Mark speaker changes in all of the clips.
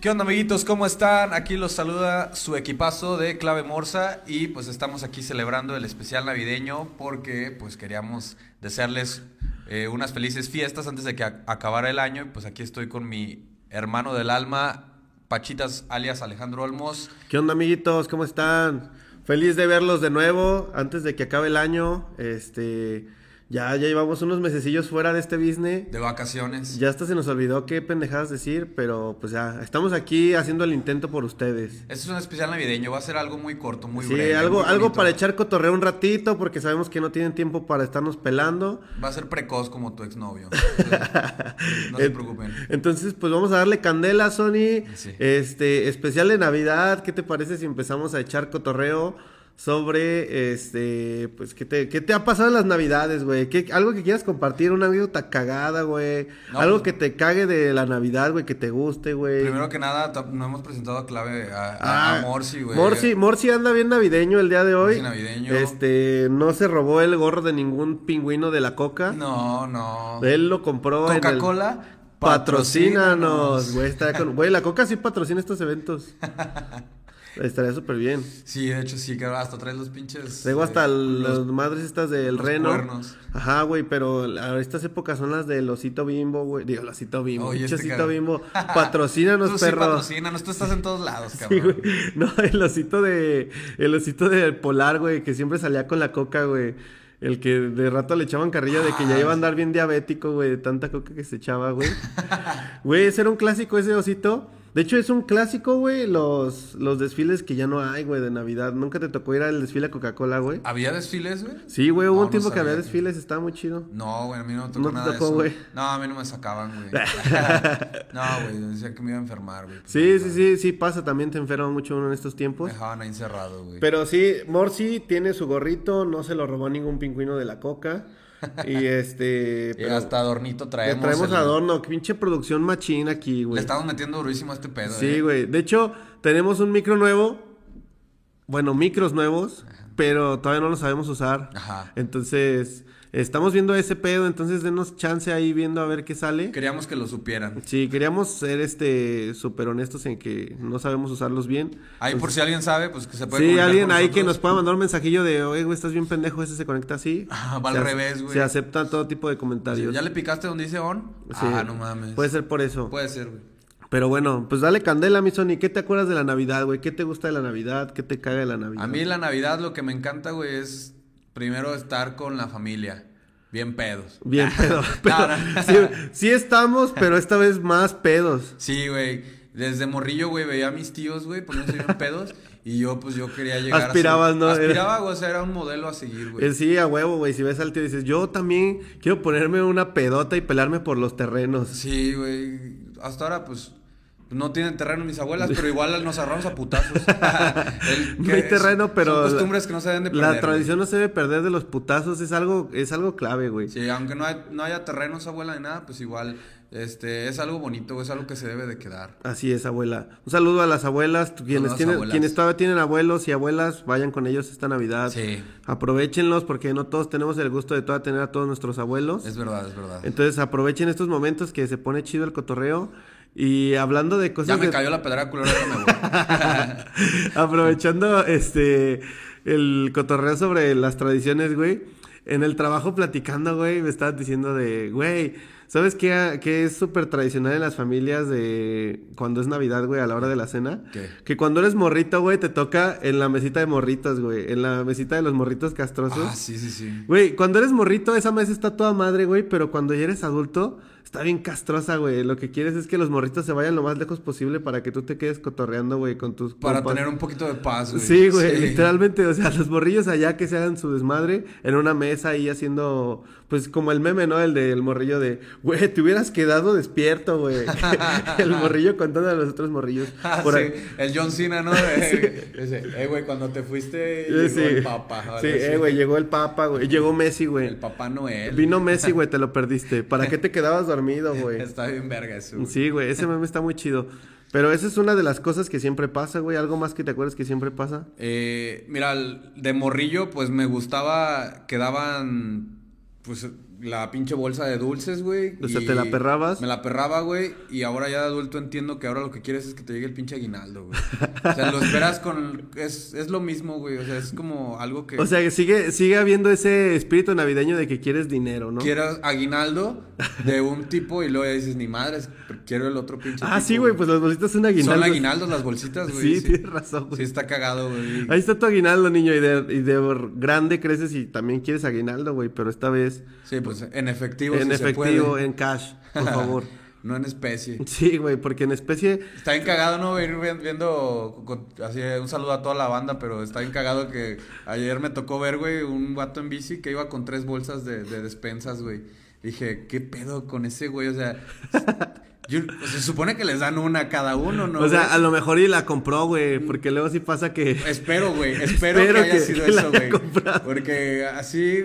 Speaker 1: ¿Qué onda amiguitos? ¿Cómo están? Aquí los saluda su equipazo de Clave Morsa y pues estamos aquí celebrando el especial navideño porque pues queríamos desearles eh, unas felices fiestas antes de que ac- acabara el año y pues aquí estoy con mi hermano del alma, Pachitas alias Alejandro Olmos.
Speaker 2: ¿Qué onda, amiguitos? ¿Cómo están? Feliz de verlos de nuevo antes de que acabe el año. Este, ya, ya llevamos unos mesecillos fuera de este business.
Speaker 1: De vacaciones.
Speaker 2: Ya hasta se nos olvidó qué pendejadas decir, pero pues ya, estamos aquí haciendo el intento por ustedes.
Speaker 1: Este es un especial navideño, va a ser algo muy corto, muy
Speaker 2: sí,
Speaker 1: breve,
Speaker 2: algo,
Speaker 1: muy
Speaker 2: algo
Speaker 1: bonito.
Speaker 2: para echar cotorreo un ratito, porque sabemos que no tienen tiempo para estarnos pelando.
Speaker 1: Va a ser precoz como tu exnovio. Entonces, no se
Speaker 2: Ent-
Speaker 1: preocupen.
Speaker 2: Entonces, pues vamos a darle candela, Sony.
Speaker 1: Sí.
Speaker 2: Este, especial de Navidad. ¿Qué te parece si empezamos a echar cotorreo sobre este, pues, qué te, qué te ha pasado en las Navidades, güey? ¿Qué- Algo que quieras compartir, una anécdota cagada, güey.
Speaker 1: No,
Speaker 2: algo
Speaker 1: pues-
Speaker 2: que te cague de la Navidad, güey, que te guste, güey.
Speaker 1: Primero que nada, ta- no hemos presentado a clave a, a-
Speaker 2: Ah,
Speaker 1: a Morsi, güey.
Speaker 2: Morsi, Morsi anda bien navideño el día de hoy.
Speaker 1: Morsi navideño.
Speaker 2: Este, no se robó el gorro de ningún pingüino de la coca.
Speaker 1: No, no.
Speaker 2: Él lo compró en el-
Speaker 1: Coca-Cola,
Speaker 2: Patrocínanos,
Speaker 1: patrocínanos.
Speaker 2: güey. estaría con- Güey, la Coca sí patrocina estos eventos. Estaría súper bien.
Speaker 1: Sí, de hecho sí, que hasta traes los pinches.
Speaker 2: Luego hasta
Speaker 1: eh,
Speaker 2: el-
Speaker 1: los-
Speaker 2: las madres estas del
Speaker 1: los
Speaker 2: reno.
Speaker 1: cuernos.
Speaker 2: Ajá, güey, pero la- estas épocas son las del osito bimbo, güey. Digo, el osito bimbo.
Speaker 1: Oye,
Speaker 2: pinche
Speaker 1: este
Speaker 2: osito
Speaker 1: cabrón.
Speaker 2: bimbo.
Speaker 1: Tú
Speaker 2: Patrocínanos,
Speaker 1: sí
Speaker 2: perro.
Speaker 1: patrocínanos, tú estás en todos lados,
Speaker 2: Sí,
Speaker 1: cabrón.
Speaker 2: güey. No, el osito de. El osito de polar, güey, que siempre salía con la coca, güey. El que de rato le echaban carrilla de
Speaker 1: Ah,
Speaker 2: que ya iba a andar bien diabético, güey, de tanta coca que se echaba, güey. Güey, ese era un clásico, ese osito. De hecho, es un clásico, güey, los, los desfiles que ya no hay, güey, de Navidad. Nunca te tocó ir al desfile a Coca-Cola, güey.
Speaker 1: ¿Había desfiles, güey?
Speaker 2: Sí, güey, hubo
Speaker 1: No,
Speaker 2: un
Speaker 1: no
Speaker 2: tiempo que había
Speaker 1: sabía.
Speaker 2: desfiles, estaba muy chido.
Speaker 1: No, güey, a mí no me
Speaker 2: No
Speaker 1: tocó
Speaker 2: te
Speaker 1: nada de
Speaker 2: tocó,
Speaker 1: eso.
Speaker 2: güey.
Speaker 1: No, a mí no me sacaban, güey. no, güey, decía que me iba a enfermar, güey.
Speaker 2: Sí, sí, sí, sí, pasa, también te enferma mucho uno en estos
Speaker 1: Me
Speaker 2: tiempos.
Speaker 1: dejaban ahí encerrado, güey.
Speaker 2: Pero sí, Morsi tiene su gorrito, no se lo robó ningún pingüino de la coca. Y este.
Speaker 1: Y
Speaker 2: pero
Speaker 1: hasta adornito
Speaker 2: le
Speaker 1: traemos.
Speaker 2: traemos
Speaker 1: el-
Speaker 2: adorno, qué pinche producción machina aquí,
Speaker 1: Le
Speaker 2: güey.
Speaker 1: estamos metiendo durísimo a este pedo,
Speaker 2: Sí,
Speaker 1: eh.
Speaker 2: güey. De hecho, tenemos un micro nuevo. Bueno, micros nuevos, pero todavía no los sabemos usar.
Speaker 1: Ajá.
Speaker 2: Entonces, estamos viendo ese pedo, entonces denos chance ahí viendo a ver qué sale.
Speaker 1: Queríamos que lo supieran.
Speaker 2: Sí, queríamos ser este súper honestos en que no sabemos usarlos bien.
Speaker 1: Ahí por si alguien sabe, pues que se puede
Speaker 2: Sí,
Speaker 1: comunicar
Speaker 2: alguien
Speaker 1: con
Speaker 2: ahí que nos
Speaker 1: nosotros.
Speaker 2: pueda mandar un mensajillo de, oye, güey, estás bien pendejo, ese se conecta así.
Speaker 1: Ah, va al
Speaker 2: Se ac-
Speaker 1: revés, güey.
Speaker 2: Se aceptan todo tipo de comentarios.
Speaker 1: ¿Ya le picaste donde dice on?
Speaker 2: Sí,
Speaker 1: Ah, no mames. Pues-
Speaker 2: Puede ser por eso.
Speaker 1: Puede ser, güey.
Speaker 2: Pero bueno, pues dale candela, mi Sony. ¿Qué te acuerdas de la Navidad, güey? ¿Qué te gusta de la Navidad? ¿Qué te caga de la Navidad?
Speaker 1: A mí la Navidad lo que me encanta, güey, es primero estar con la familia. Bien pedos.
Speaker 2: Bien, pedo. pero
Speaker 1: No, no.
Speaker 2: sí, sí estamos, pero esta vez más pedos.
Speaker 1: Sí, güey. Desde morrillo, güey, veía a mis tíos, güey, poniéndose bien pedos. Y yo, pues, yo quería llegar a
Speaker 2: Aspirabas,
Speaker 1: ser-
Speaker 2: ¿no? Era-
Speaker 1: Aspiraba, güey, o sea, era un modelo a seguir, güey.
Speaker 2: Eh, Sí, a huevo, güey. Si ves al tío y dices, yo también quiero ponerme una pedota y pelarme por los terrenos.
Speaker 1: Sí, güey. Hasta ahora, pues, no tienen terreno mis abuelas, pero igual nos agarramos a putazos. El
Speaker 2: No
Speaker 1: que
Speaker 2: hay
Speaker 1: es-
Speaker 2: terreno, pero...
Speaker 1: Son
Speaker 2: la-
Speaker 1: costumbres que no se deben de perder.
Speaker 2: La
Speaker 1: güey.
Speaker 2: tradición no se debe perder de los putazos, es algo, es algo clave, güey.
Speaker 1: Sí, aunque no, hay- no haya terrenos, abuela, ni nada, pues igual, este, es algo bonito, es algo que se debe de quedar.
Speaker 2: Así es, abuela. Un saludo a las abuelas, tú- quienes,
Speaker 1: Saludos,
Speaker 2: tienen,
Speaker 1: abuelas.
Speaker 2: quienes todavía tienen abuelos y abuelas, vayan con ellos esta Navidad.
Speaker 1: Sí.
Speaker 2: Aprovechenlos porque no todos tenemos el gusto de todavía tener a todos nuestros abuelos.
Speaker 1: Es verdad, es verdad.
Speaker 2: Entonces aprovechen estos momentos que se pone chido el cotorreo. Y hablando de cosas
Speaker 1: ya me
Speaker 2: de-
Speaker 1: cayó la pedra culera, ahorita me voy.
Speaker 2: Aprovechando este el cotorreo sobre las tradiciones, güey. En el trabajo platicando, güey, me estabas diciendo de, güey, ¿sabes qué, qué es súper tradicional en las familias de cuando es Navidad, güey, a la hora de la cena?
Speaker 1: ¿Qué?
Speaker 2: Que cuando eres morrito, güey, te toca en la mesita de morritos, güey, en la mesita de los morritos castrosos.
Speaker 1: Ah, sí, sí, sí.
Speaker 2: Güey, cuando eres morrito, esa mesa está toda madre, güey, pero cuando ya eres adulto, está bien castrosa, güey. Lo que quieres es que los morritos se vayan lo más lejos posible para que tú te quedes cotorreando, güey, con tus
Speaker 1: Para
Speaker 2: compas.
Speaker 1: tener un poquito de paz, güey.
Speaker 2: Sí, güey, literalmente, o sea, los morrillos allá que se hagan su desmadre en una mesa ahí haciendo, pues como el meme, ¿no? El del morrillo de, güey, te hubieras quedado despierto, güey. el morrillo contando a los otros morrillos.
Speaker 1: Ah,
Speaker 2: Por
Speaker 1: sí,
Speaker 2: ahí.
Speaker 1: El John Cena, ¿no? Ese, eh, güey, cuando te fuiste, llegó
Speaker 2: Sí.
Speaker 1: el papá.
Speaker 2: Sí, eh, güey, llegó el papa, güey, llegó Messi, güey.
Speaker 1: El papá Noel.
Speaker 2: Vino Messi, güey, te lo perdiste. ¿Para qué te quedabas dormido, güey?
Speaker 1: Está bien verga eso, güey.
Speaker 2: Sí, güey, ese meme está muy chido. Pero esa es una de las cosas que siempre pasa, güey. ¿Algo más que te acuerdas que siempre pasa?
Speaker 1: Eh, mira, el- de morrillo, pues me gustaba que daban, pues la pinche bolsa de dulces, güey.
Speaker 2: O sea,
Speaker 1: y
Speaker 2: te la perrabas.
Speaker 1: Me la perraba, güey. Y ahora ya de adulto entiendo que ahora lo que quieres es que te llegue el pinche aguinaldo, güey. O sea, lo esperas con... Es, es lo mismo, güey. O sea, es como algo que...
Speaker 2: O sea, que sigue, sigue habiendo ese espíritu navideño de que quieres dinero, ¿no?
Speaker 1: Quieras aguinaldo de un tipo y luego ya dices, ni madres, quiero el otro pinche.
Speaker 2: Ah,
Speaker 1: tipo,
Speaker 2: sí, güey, pues las bolsitas son aguinaldos.
Speaker 1: Son aguinaldos las bolsitas, güey.
Speaker 2: Sí, tienes razón, güey.
Speaker 1: Sí, está cagado, güey.
Speaker 2: Ahí está tu aguinaldo, niño, y de, y de grande creces y también quieres aguinaldo, güey, pero esta vez
Speaker 1: Sí, pues en efectivo.
Speaker 2: en
Speaker 1: si se
Speaker 2: efectivo,
Speaker 1: puede.
Speaker 2: en cash, por favor.
Speaker 1: no en especie.
Speaker 2: Sí, güey, porque en especie
Speaker 1: Está bien cagado, ¿no? Ir vi- viendo, con- así, un saludo a toda la banda, pero está bien cagado que ayer me tocó ver, güey, un vato en bici que iba con tres bolsas de, de despensas, güey. Dije, ¿qué pedo con ese, güey? O sea, yo- o sea, se supone que les dan una a cada uno, ¿no?
Speaker 2: o sea,
Speaker 1: güey?
Speaker 2: a lo mejor y la compró, güey, porque luego sí pasa que...
Speaker 1: Espero, güey, espero,
Speaker 2: Espero
Speaker 1: que haya
Speaker 2: que-
Speaker 1: sido
Speaker 2: que la
Speaker 1: eso,
Speaker 2: haya
Speaker 1: güey.
Speaker 2: comprado.
Speaker 1: Porque así,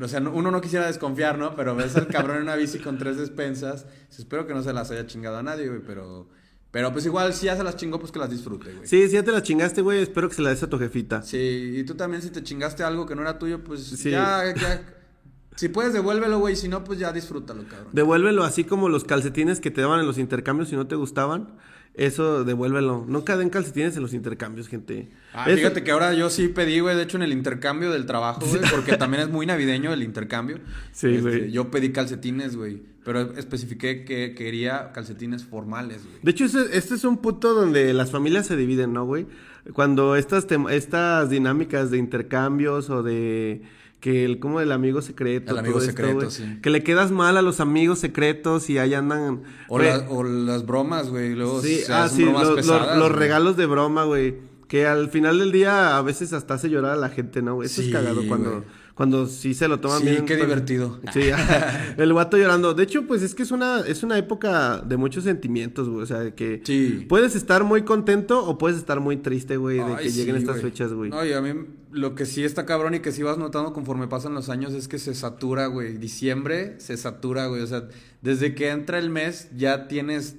Speaker 1: o sea, no- uno no quisiera desconfiar, ¿no? Pero ves al cabrón en una bici con tres despensas. pues, Espero que no se las haya chingado a nadie, güey, pero... Pero pues igual, si ya se las chingó, pues que las disfrute, güey.
Speaker 2: Sí, sí, ya te la chingaste, güey, espero que se la des a tu jefita.
Speaker 1: Sí, y tú también si te chingaste algo que no era tuyo, pues
Speaker 2: Sí.
Speaker 1: ya, ya- Si puedes, devuélvelo, güey. Si no, pues ya disfrútalo, cabrón.
Speaker 2: Devuélvelo así como los calcetines que te daban en los intercambios si no te gustaban. Eso, devuélvelo. Nunca den calcetines en los intercambios, gente.
Speaker 1: Ah,
Speaker 2: Eso-
Speaker 1: fíjate que ahora yo sí pedí, güey, de hecho en el intercambio del trabajo, güey, porque también es muy navideño el intercambio. Este,
Speaker 2: Sí, güey.
Speaker 1: Yo pedí calcetines, güey, pero especifiqué que quería calcetines formales, güey.
Speaker 2: De hecho, ese- este es un punto donde las familias se dividen, ¿no, güey? Cuando estas, tem- estas dinámicas de intercambios o de que el como el amigo secreto,
Speaker 1: El amigo
Speaker 2: todo esto,
Speaker 1: secreto,
Speaker 2: güey,
Speaker 1: sí.
Speaker 2: que le quedas mal a los amigos secretos y ahí andan.
Speaker 1: O,
Speaker 2: Güey,
Speaker 1: la- o las bromas, güey, luego
Speaker 2: Sí,
Speaker 1: se
Speaker 2: ah,
Speaker 1: hacen
Speaker 2: sí,
Speaker 1: bromas
Speaker 2: los, los-
Speaker 1: pesadas,
Speaker 2: los
Speaker 1: güey.
Speaker 2: regalos de broma, güey. Que al final del día a veces hasta hace llorar a la gente, ¿no? güey? Eso
Speaker 1: Sí,
Speaker 2: es cagado cuando,
Speaker 1: güey.
Speaker 2: cuando sí se lo toman
Speaker 1: Sí,
Speaker 2: bien.
Speaker 1: qué
Speaker 2: pero-
Speaker 1: divertido.
Speaker 2: Sí, el guato llorando. De hecho, pues es que es una, es una época de muchos sentimientos, güey. O sea, de que
Speaker 1: Sí.
Speaker 2: puedes estar muy contento o puedes estar muy triste, güey, de
Speaker 1: Ay,
Speaker 2: que lleguen
Speaker 1: sí,
Speaker 2: estas
Speaker 1: güey.
Speaker 2: fechas, güey.
Speaker 1: No, y a mí lo que sí está cabrón y que sí vas notando conforme pasan los años es que se satura, güey. Diciembre se satura, güey. O sea, desde que entra el mes ya tienes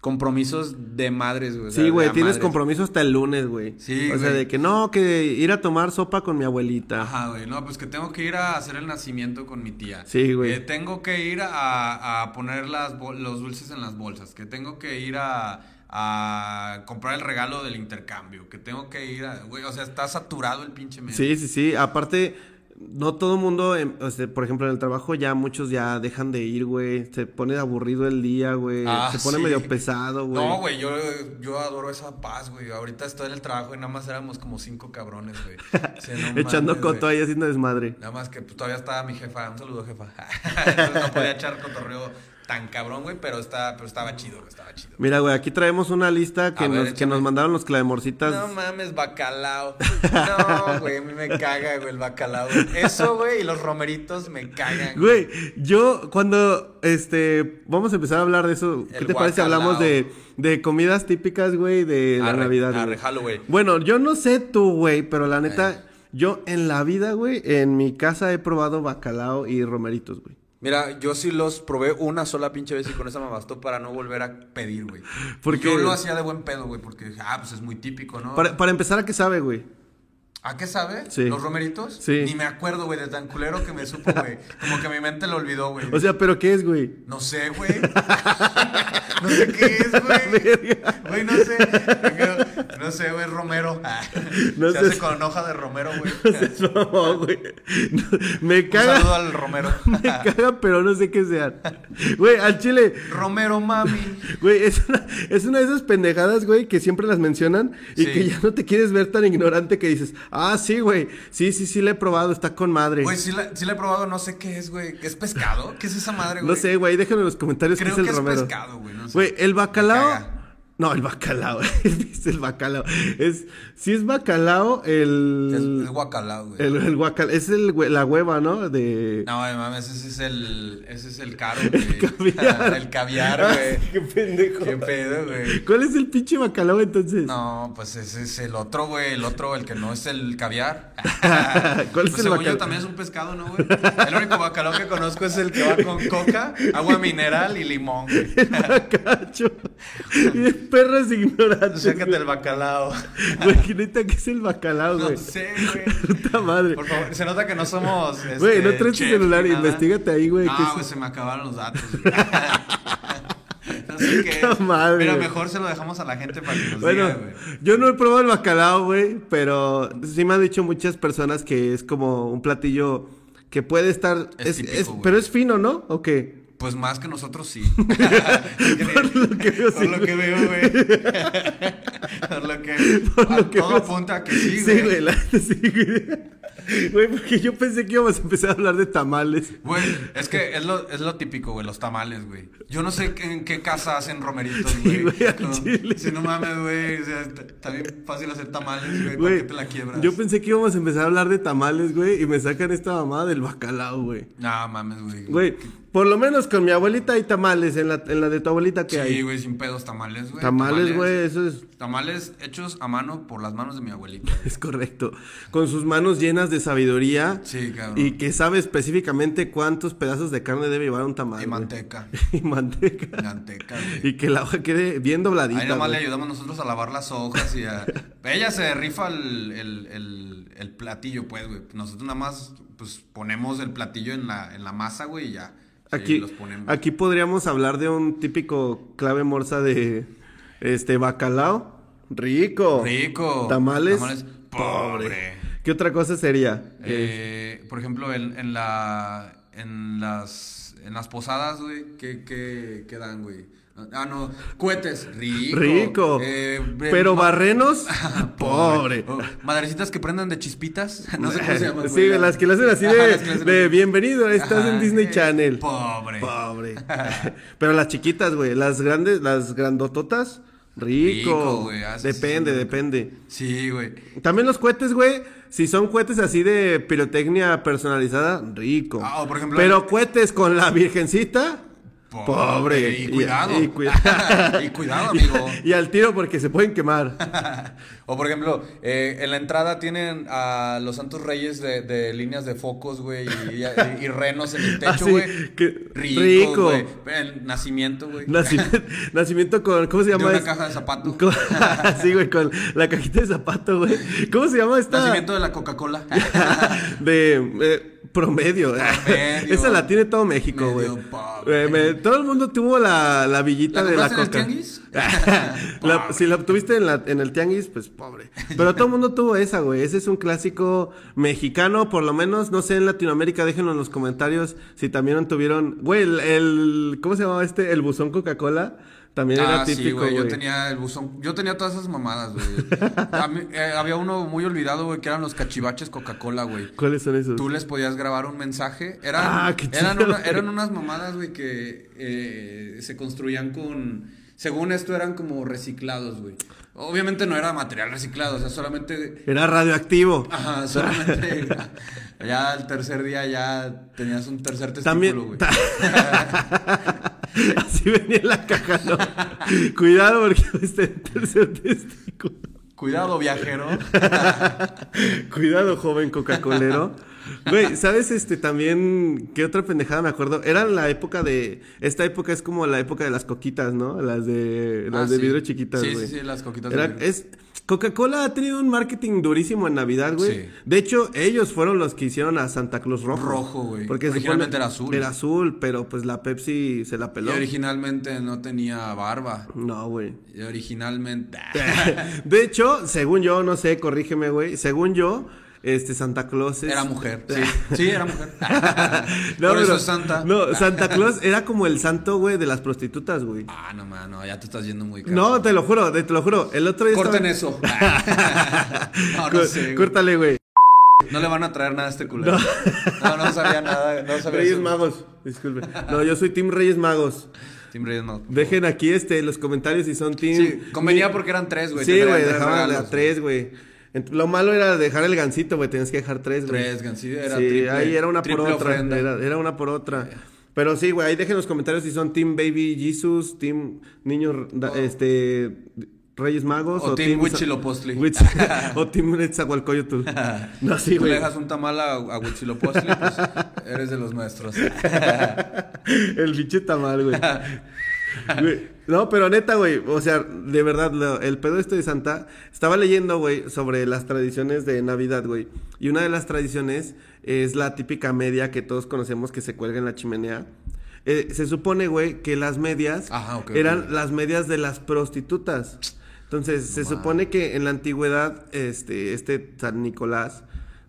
Speaker 1: compromisos de madres, güey. o sea,
Speaker 2: sí,
Speaker 1: de
Speaker 2: güey,
Speaker 1: a
Speaker 2: tienes
Speaker 1: madres.
Speaker 2: compromiso hasta el lunes, güey.
Speaker 1: Sí,
Speaker 2: O sea,
Speaker 1: güey.
Speaker 2: de que no, que ir a tomar sopa con mi abuelita.
Speaker 1: Ajá, güey. No, pues que tengo que ir a hacer el nacimiento con mi tía.
Speaker 2: Sí, güey.
Speaker 1: Que tengo que ir a, a poner las bol- los dulces en las bolsas. Que tengo que ir a, a comprar el regalo del intercambio. Que tengo que ir a... Güey, o sea, está saturado el pinche mes.
Speaker 2: Sí, sí, sí. Aparte, no todo el mundo, em, o sea, por ejemplo, en el trabajo ya muchos ya dejan de ir, güey. Se pone aburrido el día, güey.
Speaker 1: Ah,
Speaker 2: se pone
Speaker 1: sí.
Speaker 2: medio pesado, güey.
Speaker 1: No, güey, yo, yo adoro esa paz, güey. Ahorita estoy en el trabajo y nada más éramos como cinco cabrones, güey. O sea, no
Speaker 2: Echando
Speaker 1: mames,
Speaker 2: coto
Speaker 1: güey.
Speaker 2: ahí haciendo desmadre.
Speaker 1: Nada más que pues, todavía estaba mi jefa. Un saludo, jefa. Entonces, no podía echar cotorreo tan cabrón, güey, pero, está, pero estaba chido, güey, estaba chido.
Speaker 2: Mira, güey, aquí traemos una lista que,
Speaker 1: A ver,
Speaker 2: nos, que
Speaker 1: échame.
Speaker 2: nos mandaron los clavemorcitas.
Speaker 1: No mames, bacalao. No, güey, a mí me caga, güey, el bacalao. Eso, güey, y los romeritos me cagan.
Speaker 2: Güey, yo cuando, este, vamos a empezar a hablar de eso. ¿Qué
Speaker 1: El
Speaker 2: te parece? Hablamos de,
Speaker 1: guacalao.
Speaker 2: de comidas típicas, güey, de la
Speaker 1: Arre,
Speaker 2: Navidad.
Speaker 1: arre,
Speaker 2: güey.
Speaker 1: jalo, güey.
Speaker 2: Bueno, yo no sé tú, güey, pero la neta,
Speaker 1: Eh.
Speaker 2: yo en la vida, güey, en mi casa he probado bacalao y romeritos, güey.
Speaker 1: Mira, yo sí los probé una sola pinche vez y con esa me bastó para no volver a pedir, güey.
Speaker 2: ¿Por
Speaker 1: Yo
Speaker 2: qué?
Speaker 1: lo hacía de buen pedo, güey, porque dije, ah, pues es muy típico, ¿no?
Speaker 2: Para, para empezar, ¿a qué sabe, güey?
Speaker 1: ¿A qué sabe?
Speaker 2: Sí.
Speaker 1: ¿Los romeritos?
Speaker 2: Sí.
Speaker 1: Ni me acuerdo, güey, de tan culero que me supo, güey. Como que mi mente lo olvidó, güey.
Speaker 2: O sea, ¿pero qué es, güey?
Speaker 1: no sé, güey. no sé qué es, güey. Güey, no sé. No sé, güey, romero. Ah,
Speaker 2: No
Speaker 1: Se
Speaker 2: sé.
Speaker 1: hace con hoja de romero, güey.
Speaker 2: No, güey. No, me
Speaker 1: Un saludo
Speaker 2: caga,
Speaker 1: al romero.
Speaker 2: me caga, pero no sé qué sea. Güey, al chile,
Speaker 1: romero, mami.
Speaker 2: Güey, es una, es una de esas pendejadas, güey, que siempre las mencionan y
Speaker 1: Sí.
Speaker 2: que ya no te quieres ver tan ignorante que dices, ah, sí, güey, sí, sí, sí, la he probado, está con madre.
Speaker 1: Güey, sí la, sí la he probado, no sé qué es, güey. ¿Es pescado? ¿Qué es esa madre, güey?
Speaker 2: no sé, güey, déjenme en los comentarios
Speaker 1: Creo
Speaker 2: qué es
Speaker 1: que es
Speaker 2: el romero.
Speaker 1: pescado, güey, no sé.
Speaker 2: Güey, el
Speaker 1: Me
Speaker 2: bacalao.
Speaker 1: caga.
Speaker 2: No, el bacalao, es el bacalao. Es, si es bacalao, el.
Speaker 1: Es, es guacalao, güey.
Speaker 2: el, el guacal- es el, hue- la hueva, ¿no? De.
Speaker 1: No, güey, mames, ese es el, ese es el caro, güey.
Speaker 2: caviar. Ah,
Speaker 1: el caviar, güey.
Speaker 2: Qué pendejo.
Speaker 1: Qué pedo, güey.
Speaker 2: ¿Cuál es el pinche bacalao entonces?
Speaker 1: No, pues ese es el otro, güey. El otro, el que no es el caviar.
Speaker 2: Ah, ¿Cuál es
Speaker 1: Pues
Speaker 2: el
Speaker 1: según yo
Speaker 2: bacalao?
Speaker 1: también es un pescado, ¿no, güey? El único bacalao que conozco es el que va con coca, agua mineral y limón, güey.
Speaker 2: El bacacho. Bien perros ignorantes.
Speaker 1: Sácate el bacalao.
Speaker 2: Güey, que neta, ¿qué es el bacalao, güey?
Speaker 1: No sé, güey.
Speaker 2: Puta madre.
Speaker 1: Por favor, se nota que no somos. este,
Speaker 2: Güey, no traes tu
Speaker 1: chef
Speaker 2: celular,
Speaker 1: ni nada.
Speaker 2: investígate ahí, güey, ¿qué
Speaker 1: Ah,
Speaker 2: es?
Speaker 1: güey, se me acabaron los datos. güey. no sé qué.
Speaker 2: Puta
Speaker 1: es.
Speaker 2: madre,
Speaker 1: Mira,
Speaker 2: güey.
Speaker 1: mejor se lo dejamos a la gente para que nos
Speaker 2: Bueno,
Speaker 1: Pues diga, güey.
Speaker 2: yo no he probado el bacalao, güey, pero sí me han dicho muchas personas que es como un platillo que puede estar...
Speaker 1: Es
Speaker 2: es-
Speaker 1: típico,
Speaker 2: es-
Speaker 1: güey.
Speaker 2: pero es fino, ¿no? ¿O qué?
Speaker 1: Pues más que nosotros sí. Por
Speaker 2: lo que veo,
Speaker 1: Por
Speaker 2: sí,
Speaker 1: lo
Speaker 2: güey.
Speaker 1: que veo, güey. Por lo que. a
Speaker 2: lo que
Speaker 1: Ah, todo
Speaker 2: veo,
Speaker 1: apunta a que sí,
Speaker 2: Sí,
Speaker 1: güey.
Speaker 2: güey, la neta, sí, güey. Güey, porque yo pensé que íbamos a empezar a hablar de tamales.
Speaker 1: Güey, es que es lo, es lo típico, güey, los tamales, güey. Yo no sé qué- en qué casa hacen romeritos, güey.
Speaker 2: Sí, güey, al
Speaker 1: No,
Speaker 2: chile.
Speaker 1: Si no mames, güey. O sea, está está bien fácil hacer tamales, güey. ¿Por
Speaker 2: Güey,
Speaker 1: qué te la quiebras?
Speaker 2: yo pensé que íbamos a empezar a hablar de tamales, güey, y me sacan esta mamada del bacalao, güey.
Speaker 1: No, mames, güey.
Speaker 2: Güey, por lo menos con mi abuelita hay tamales, en la, en la de tu abuelita que
Speaker 1: Sí,
Speaker 2: hay.
Speaker 1: güey, sin pedos, tamales, güey.
Speaker 2: Tamales, güey, eso es,
Speaker 1: Tamales hechos a mano por las manos de mi abuelita.
Speaker 2: es correcto. Con sus manos llenas de sabiduría
Speaker 1: Sí, cabrón.
Speaker 2: y que sabe específicamente cuántos pedazos de carne debe llevar un tamal.
Speaker 1: Y
Speaker 2: güey.
Speaker 1: manteca.
Speaker 2: y manteca.
Speaker 1: Manteca, güey.
Speaker 2: Y que la hoja quede bien dobladita.
Speaker 1: Ahí nomás
Speaker 2: güey.
Speaker 1: le ayudamos nosotros a lavar las hojas y a... Ella se rifa el, el- el- el platillo, pues, güey. Nosotros nada más, pues, ponemos el platillo en la, en la masa, güey, y ya. Sí,
Speaker 2: Aquí,
Speaker 1: los ponemos.
Speaker 2: aquí podríamos hablar de un típico clave morsa de este bacalao. Rico.
Speaker 1: Rico.
Speaker 2: Tamales.
Speaker 1: Pobre.
Speaker 2: ¿Qué otra cosa sería?
Speaker 1: Eh, por ejemplo, en, en la... En las... En las posadas, güey, ¿qué, qué, qué dan, güey? Ah, no, cohetes, rico.
Speaker 2: Rico.
Speaker 1: Eh,
Speaker 2: Pero
Speaker 1: ma-
Speaker 2: barrenos, pobre.
Speaker 1: Oh, madrecitas que prendan de chispitas. No sé cómo se llaman.
Speaker 2: Sí,
Speaker 1: güey.
Speaker 2: las que le hacen así
Speaker 1: Ajá,
Speaker 2: de,
Speaker 1: las que le hacen
Speaker 2: de
Speaker 1: así.
Speaker 2: bienvenido, estás
Speaker 1: Ajá,
Speaker 2: en Disney
Speaker 1: eh,
Speaker 2: Channel.
Speaker 1: Pobre.
Speaker 2: Pobre. Pero las chiquitas, güey, las grandes, las grandototas, rico.
Speaker 1: Rico, güey, ah, sí, sí,
Speaker 2: depende,
Speaker 1: sí.
Speaker 2: depende.
Speaker 1: Sí, güey.
Speaker 2: También los cohetes, güey, si son cohetes así de pirotecnia personalizada, rico.
Speaker 1: Ah, o por ejemplo-
Speaker 2: Pero cohetes con la virgencita, pobre.
Speaker 1: Y cuidado.
Speaker 2: Y, cuida-
Speaker 1: Y cuidado, amigo.
Speaker 2: y al tiro porque se pueden quemar.
Speaker 1: O por ejemplo, eh, en la entrada tienen a los santos reyes de, de líneas de focos, güey, y, y- y renos en el
Speaker 2: Ah,
Speaker 1: techo,
Speaker 2: sí,
Speaker 1: güey.
Speaker 2: que-
Speaker 1: rico,
Speaker 2: rico.
Speaker 1: güey. El nacimiento, güey.
Speaker 2: Nacimiento, nacimiento con, ¿cómo se llama?
Speaker 1: De una
Speaker 2: es-
Speaker 1: caja de zapatos.
Speaker 2: Con- sí, güey, con la cajita de zapato, güey. ¿Cómo se llama esta?
Speaker 1: Nacimiento de la Coca-Cola.
Speaker 2: de eh, promedio.
Speaker 1: Promedio.
Speaker 2: Esa la tiene todo México, güey.
Speaker 1: Medio pobre.
Speaker 2: Eh, me- todo el mundo tuvo la, la villita
Speaker 1: ¿La
Speaker 2: de la
Speaker 1: compraste
Speaker 2: coca.
Speaker 1: en el tianguis?
Speaker 2: La-
Speaker 1: Pobre.
Speaker 2: si la obtuviste en, la- en el tianguis, pues pobre. Pero todo el mundo tuvo esa, güey. Ese es un clásico mexicano, por lo menos, no sé, en Latinoamérica, déjenlo en los comentarios si también tuvieron. Güey, el, el- ¿cómo se llamaba este? El buzón Coca-Cola. También era
Speaker 1: ah, sí,
Speaker 2: típico,
Speaker 1: güey. Yo
Speaker 2: güey.
Speaker 1: tenía el buzón. Yo tenía todas esas mamadas, güey. A mí, eh, había uno muy olvidado, güey, que eran los cachivaches Coca-Cola, güey.
Speaker 2: ¿Cuáles son esos?
Speaker 1: Tú les podías grabar un mensaje. Eran,
Speaker 2: Ah, qué chido,
Speaker 1: eran, una-
Speaker 2: güey.
Speaker 1: eran unas mamadas, güey, que eh, se construían con. Según esto, eran como reciclados, güey. Obviamente no era material reciclado, o sea, solamente.
Speaker 2: Era radioactivo.
Speaker 1: Ajá, solamente. ya el tercer día ya tenías un tercer testículo,
Speaker 2: También.
Speaker 1: güey.
Speaker 2: ta- Así venía en la caja, ¿no? Cuidado porque este el tercer testículo.
Speaker 1: Cuidado, viajero.
Speaker 2: Cuidado, joven Coca-Colero. Güey, ¿sabes este también qué otra pendejada me acuerdo? Era la época de esta época es como la época de las coquitas, ¿no? Las de las
Speaker 1: Ah,
Speaker 2: de
Speaker 1: sí.
Speaker 2: vidrio chiquitas,
Speaker 1: Sí,
Speaker 2: güey.
Speaker 1: sí, sí, las coquitas de
Speaker 2: Era-
Speaker 1: vidrio.
Speaker 2: es Coca-Cola ha tenido un marketing durísimo en Navidad, güey.
Speaker 1: Sí.
Speaker 2: De hecho, ellos fueron los que hicieron a Santa Claus rojo.
Speaker 1: Rojo, güey.
Speaker 2: Porque
Speaker 1: Originalmente
Speaker 2: supone-
Speaker 1: era azul.
Speaker 2: Era azul, pero pues la Pepsi se la
Speaker 1: Y
Speaker 2: peló.
Speaker 1: originalmente no tenía barba.
Speaker 2: No, güey.
Speaker 1: Y originalmente.
Speaker 2: De hecho, según yo, no sé, corrígeme, güey. Según yo, este Santa Claus es...
Speaker 1: Era mujer. Sí, sí era mujer.
Speaker 2: No,
Speaker 1: Por eso
Speaker 2: pero-
Speaker 1: es santa.
Speaker 2: No, Santa Claus era como el santo, güey, de las prostitutas, güey.
Speaker 1: Ah, no, mano, ya te estás yendo muy caro.
Speaker 2: No, te lo juro, te, te lo juro. El otro día.
Speaker 1: Corten
Speaker 2: estaba-
Speaker 1: eso. Ah. no, no
Speaker 2: Cor-
Speaker 1: sé. güey.
Speaker 2: Córtale, güey.
Speaker 1: No le van a traer nada a este culero. No, no, sabía nada. No sabía
Speaker 2: Reyes
Speaker 1: eso.
Speaker 2: Magos. Disculpe. No, yo soy Team Reyes Magos.
Speaker 1: Tim Reyes Magos.
Speaker 2: Dejen aquí este los comentarios si son Team.
Speaker 1: Sí, convenía porque eran tres, güey.
Speaker 2: Sí,
Speaker 1: Te
Speaker 2: güey,
Speaker 1: traían
Speaker 2: dejaban
Speaker 1: regalos.
Speaker 2: a tres, güey. Ent- Lo malo era dejar el gancito, güey. Tenías que dejar tres, güey.
Speaker 1: Tres, gan- sí, era
Speaker 2: sí,
Speaker 1: triple-
Speaker 2: ahí era una por
Speaker 1: triple
Speaker 2: otra.
Speaker 1: ofrenda.
Speaker 2: Era, era una por otra. Pero sí, güey, ahí dejen los comentarios si son Team Baby Jesus, Team Niño, da- este, Reyes Magos.
Speaker 1: O Team Huitzilopochtli.
Speaker 2: Huitz- o Team Netzahualcoyotl. No,
Speaker 1: Si Ah. tú
Speaker 2: sí,
Speaker 1: le
Speaker 2: güey.
Speaker 1: dejas un tamal a, a Huitzilopochtli,
Speaker 2: Ah,
Speaker 1: pues eres de los nuestros.
Speaker 2: El bicho tamal, güey. Güey, No, pero neta, güey, o sea, de verdad, lo- el pedo este de Santa, estaba leyendo, güey, sobre las tradiciones de Navidad, güey. Y una de las tradiciones es la típica media que todos conocemos que se cuelga en la chimenea. Eh, se supone, güey, que las medias
Speaker 1: Ajá, ok,
Speaker 2: eran
Speaker 1: ok.
Speaker 2: las medias de las prostitutas. Entonces, se supone que en la antigüedad, este, este San Nicolás